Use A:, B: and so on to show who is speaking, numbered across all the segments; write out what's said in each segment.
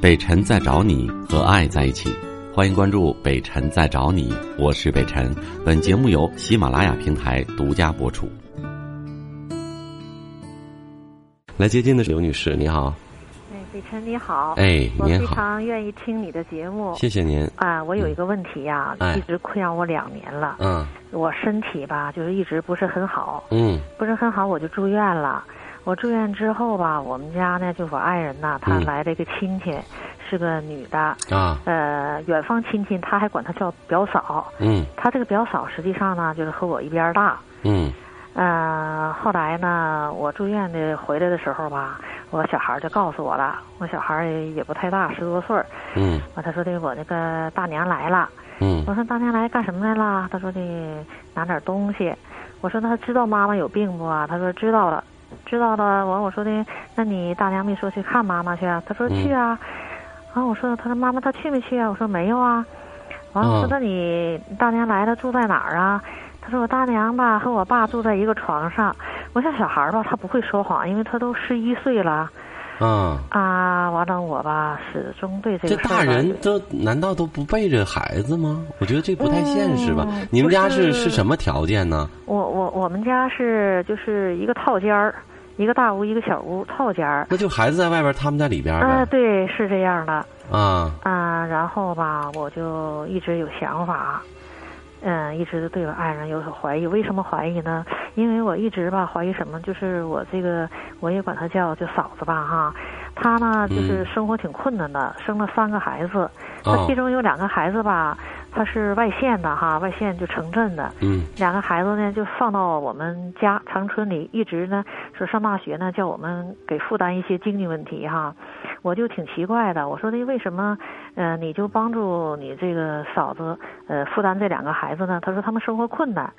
A: 北辰在找你和爱在一起。欢迎关注北辰在找你，我是北辰。本节目由喜马拉雅平台独家播出。来接近的是刘女士，你好，
B: 哎，北辰你好，
A: 哎，
B: 我
A: 您
B: 非
A: 好，
B: 常愿意听你的节目
A: 谢谢您，
B: 啊。我有一个问题呀、
A: 哎
B: 一直困扰我两年了。
A: 嗯
B: 我身体吧，就是一直不是很好，
A: 嗯
B: 不是很好，我就住院了。我住院之后吧，我们家呢，就我爱人呐，他
A: 嗯
B: 来了一个亲戚，是个女的，
A: 啊
B: 呃，远方亲戚，他还管她叫表嫂。
A: 嗯
B: 她这个表嫂实际上呢，就是和我一边儿大。
A: 嗯
B: 嗯，后来呢，我住院的回来的时候吧，我小孩儿就告诉我了，我小孩儿也不太大，十多岁儿。
A: 嗯
B: 完，啊他说的我那个大娘来了。
A: 嗯
B: 我说大娘来干什么来了？他说的拿点东西。我说那他知道妈妈有病不啊？他说知道了，知道了。完我说的那你大娘没说去看妈妈去啊？他说
A: 嗯
B: 去啊。完、我说他说妈妈她去没去啊？我说没有啊。完我
A: 嗯
B: 说那你大娘来了住在哪儿啊？他说我大娘吧和我爸住在一个床上。我想小孩儿吧，他不会说谎，因为他都十一岁了
A: 啊，
B: 啊。完了我吧始终对这
A: 这
B: 个事儿
A: 大
B: 吧
A: 人都难道都不背着孩子吗？我觉得这不太现实吧
B: 嗯？
A: 你们家是
B: 不是
A: 是什么条件呢？
B: 我我我们家是就是一个套间儿，一个大屋一个小屋套间儿。
A: 那就孩子在外边，他们在里边
B: 啊、
A: 呗。
B: 对，是这样的
A: 啊，
B: 啊、然后吧，我就一直有想法，嗯，一直对我爱人有所怀疑。为什么怀疑呢？因为我一直吧怀疑什么，就是我这个我也管她叫就嫂子吧哈，她呢就是
A: 嗯
B: 生活挺困难的，生了三个孩子，她
A: 哦
B: 其，中有两个孩子吧，她是外县的哈，外县就城镇的，
A: 嗯
B: 两个孩子呢，就放到我们家长春里，一直呢是上大学呢，叫我们给负担一些经济问题哈。我就挺奇怪的，我说的为什么，呃，你就帮助你这个嫂子，呃，负担这两个孩子呢？他说他们生活困难。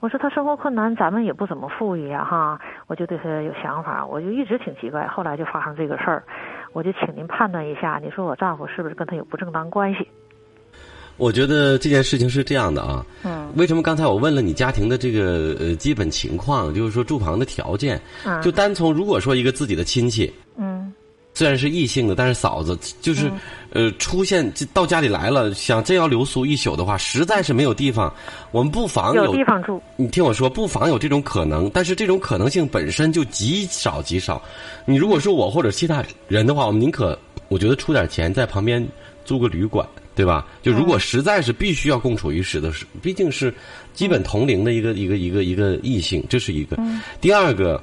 B: 我说他生活困难，咱们也不怎么富裕呀、哈。我就对他有想法，我就一直挺奇怪。后来就发生这个事儿，我就请您判断一下，你说我丈夫是不是跟他有不正当关系？
A: 我觉得这件事情是这样的啊，
B: 嗯
A: 为什么刚才我问了你家庭的这个呃基本情况，就是说住房的条件，
B: 嗯
A: 就单从如果说一个自己的亲戚，
B: 嗯
A: 虽然是异性的，但是嫂子就是呃出现就到家里来了，想真要留宿一宿的话，实在是没有地方，我们不妨
B: 有
A: 有
B: 地方住。
A: 你听我说，不妨有这种可能，但是这种可能性本身就极少极少。你如果说我或者其他人的话，我们宁可我觉得出点钱在旁边租个旅馆，对吧？就如果实在是必须要共处一室的是，毕竟是基本同龄的一个一个一个一个异性，这是一个。第二个，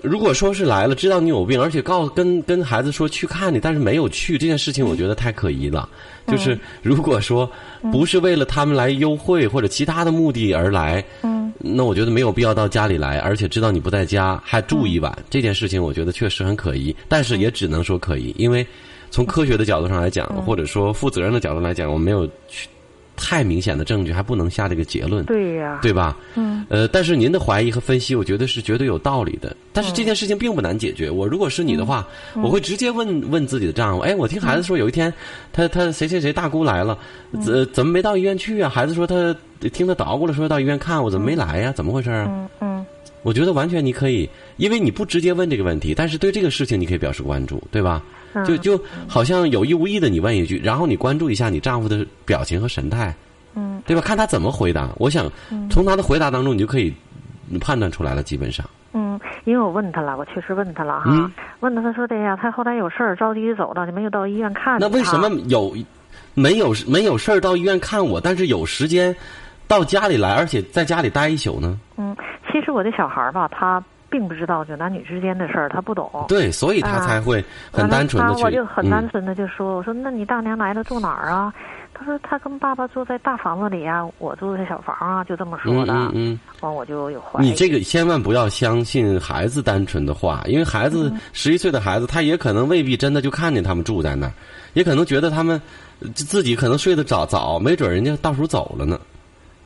A: 如果说是来了，知道你有病，而且告跟跟孩子说去看你，但是没有去这件事情，我觉得太可疑了。就是如果说不是为了他们来幽会或者其他的目的而来，
B: 嗯
A: 那我觉得没有必要到家里来，而且知道你不在家还住一晚，这件事情我觉得确实很可疑，但是也只能说可疑，因为从科学的角度上来讲，或者说负责任的角度来讲，我们没有去太明显的证据，还不能下这个结论，
B: 对呀、
A: 对吧？
B: 嗯，
A: 呃，但是您的怀疑和分析，我觉得是绝对有道理的。但是这件事情并不难解
B: 嗯
A: 决。我如果是你的话，我会直接问问自己的丈夫：哎，我听孩子说有一天，他他谁谁谁大姑来了，
B: 嗯
A: 怎、怎么没到医院去啊？孩子说他听他捣鼓了，说到医院看我，怎么没来呀、怎么回事啊？
B: 嗯嗯
A: 我觉得完全你可以，因为你不直接问这个问题，但是对这个事情你可以表示关注，对吧？
B: 嗯，
A: 就就好像有意无意的你问一句，然后你关注一下你丈夫的表情和神态，
B: 嗯
A: 对吧？看他怎么回答。我想从他的回答当中，你就可以判断出来了，基本上。
B: 嗯，因为我问他了，我确实问他了哈，
A: 嗯
B: 问他他说的呀，他后来有事儿着急走了，就没有到医院看。
A: 那为什么？有没有没有事儿到医院看我，但是有时间到家里来，而且在家里待一宿呢？
B: 嗯，其实我的小孩儿吧，他并不知道就男女之间的事儿，他不懂。
A: 对，所以他
B: 啊
A: 才会
B: 完
A: 很
B: 了
A: 单纯的
B: 他
A: 去。
B: 我就很单
A: 嗯
B: 纯的就说，我说那你大娘来了住哪儿啊？他说他跟爸爸住在大房子里啊，我住在小房啊，就这么说
A: 嗯
B: 的。
A: 嗯嗯，
B: 完我就有怀疑。
A: 你这个千万不要相信孩子单纯的话，因为孩子
B: 嗯
A: 十一岁的孩子，他也可能未必真的就看见他们住在那儿，也可能觉得他们呃自己可能睡得早早，没准人家到处走了呢，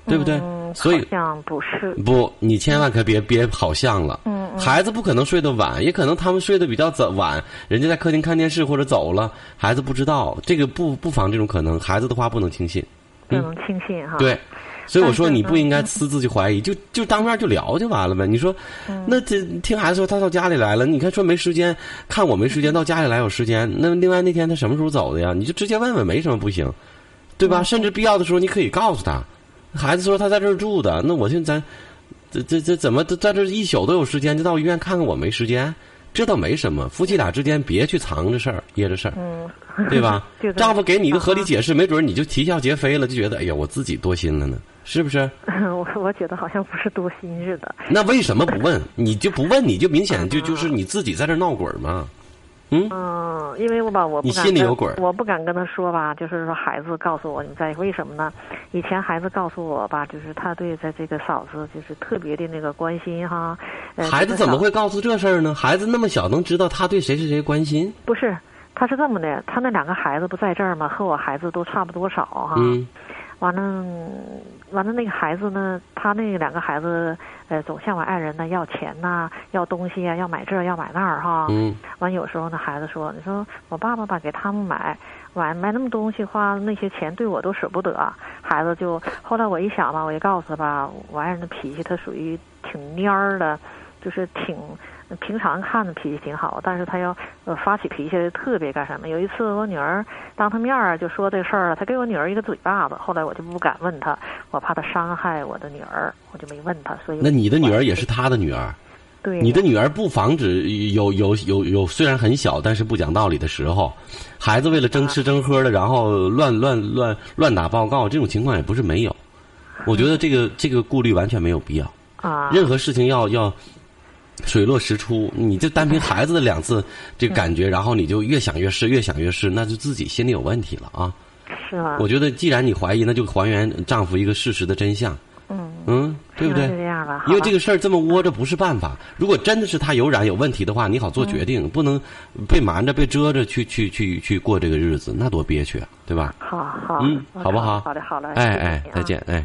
A: 对不对？
B: 嗯，
A: 所以
B: 好像不是。
A: 不，你千万可别别跑向了。
B: 嗯嗯
A: 孩子不可能睡得晚，也可能他们睡得比较早晚，人家在客厅看电视或者走了，孩子不知道，这个不不妨这种可能，孩子的话不能轻信。
B: 不能轻信
A: 嗯
B: 哈。
A: 对，所以我说
B: 但是嗯
A: 你
B: 呢
A: 不应该私自去怀疑，就就当面就聊就完了呗。你说，
B: 嗯
A: 那这听孩子说他到家里来了，你看说没时间，看我没时 间，到家里来有时间。那另外那天他什么时候走的呀？你就直接问问，没什么不行，对
B: 嗯
A: 吧？甚至必要的时候你可以告诉他，孩子说他在这儿住的，那我现在这这这怎么都在这一宿都有时间，就到医院看看我没时间，这倒没什么。夫妻俩之间别去藏着事儿，掖着事儿。
B: 嗯，
A: 对吧
B: 就？是
A: 丈夫给你一个合理解释，没准你就啼笑皆非了，就觉得哎呀，我自己多心了呢，是不是？
B: 我我觉得好像不是多心似的。
A: 那为什么不问？你就不问，你就明显就就是你自己在这闹鬼儿嘛。
B: 嗯，因为我吧，我不
A: 你
B: 敢
A: 心里
B: 跟
A: 有鬼儿
B: 我不敢跟他说吧，就是说孩子告诉我你在为什么呢？以前孩子告诉我吧，就是他对在这个嫂子就是特别的那个关心哈。呃、
A: 孩
B: 这
A: 子
B: 个
A: 怎么
B: 嫂
A: 会告诉这事儿呢？孩子那么小，能知道他对谁谁谁关心？
B: 不是？他是这么的，他那两个孩子不在这儿吗？和我孩子都差不多少哈。
A: 嗯
B: 完了，完了，那个孩子呢，他那两个孩子，呃，总向我爱人呢要钱呐、要东西啊呀、要买这儿要买那儿哈。
A: 嗯，
B: 完有时候呢，孩子说：“你说我爸爸吧，给他们买，买买那么多东西花那些钱，对我都舍不得啊。”孩子就后来我一想吧，我就告诉他吧，我爱人的脾气他属于挺蔫儿的，就是挺平常看着脾气挺好，但是他要呃发起脾气来特别干什么。有一次我女儿当他面儿就说这事儿啊了，他给我女儿一个嘴巴子，后来我就不敢问他，我怕他伤害我的女儿，我就没问他。所以
A: 那你的女儿也是他的女儿，
B: 对
A: 你的女儿不防止有有有有，虽然很小，但是不讲道理的时候，孩子为了争吃争喝的，然后乱乱乱乱打报告，这种情况也不是没有。我觉得这个这个顾虑完全没有必要。
B: 啊，
A: 任何事情要要水落石出，你就单凭孩子的两次这个感觉，然后你就越想越是，越想越是，那就自己心里有问题了啊！
B: 是吗？
A: 我觉得既然你怀疑，那就还原丈夫一个事实的真相，
B: 嗯，
A: 嗯，对不
B: 那
A: 对
B: 就？这样吧，
A: 因为这
B: 个
A: 个事儿这么窝着不是办法。如果真的是他有染有问题的话，你好做决定，不能被瞒着、被遮着去去去去过这个日子，那多憋屈啊，对吧？
B: 好好，
A: 嗯
B: 我
A: 好不好
B: 好的，好了，
A: 哎
B: 谢谢
A: 哎
B: 你，啊
A: 再见哎。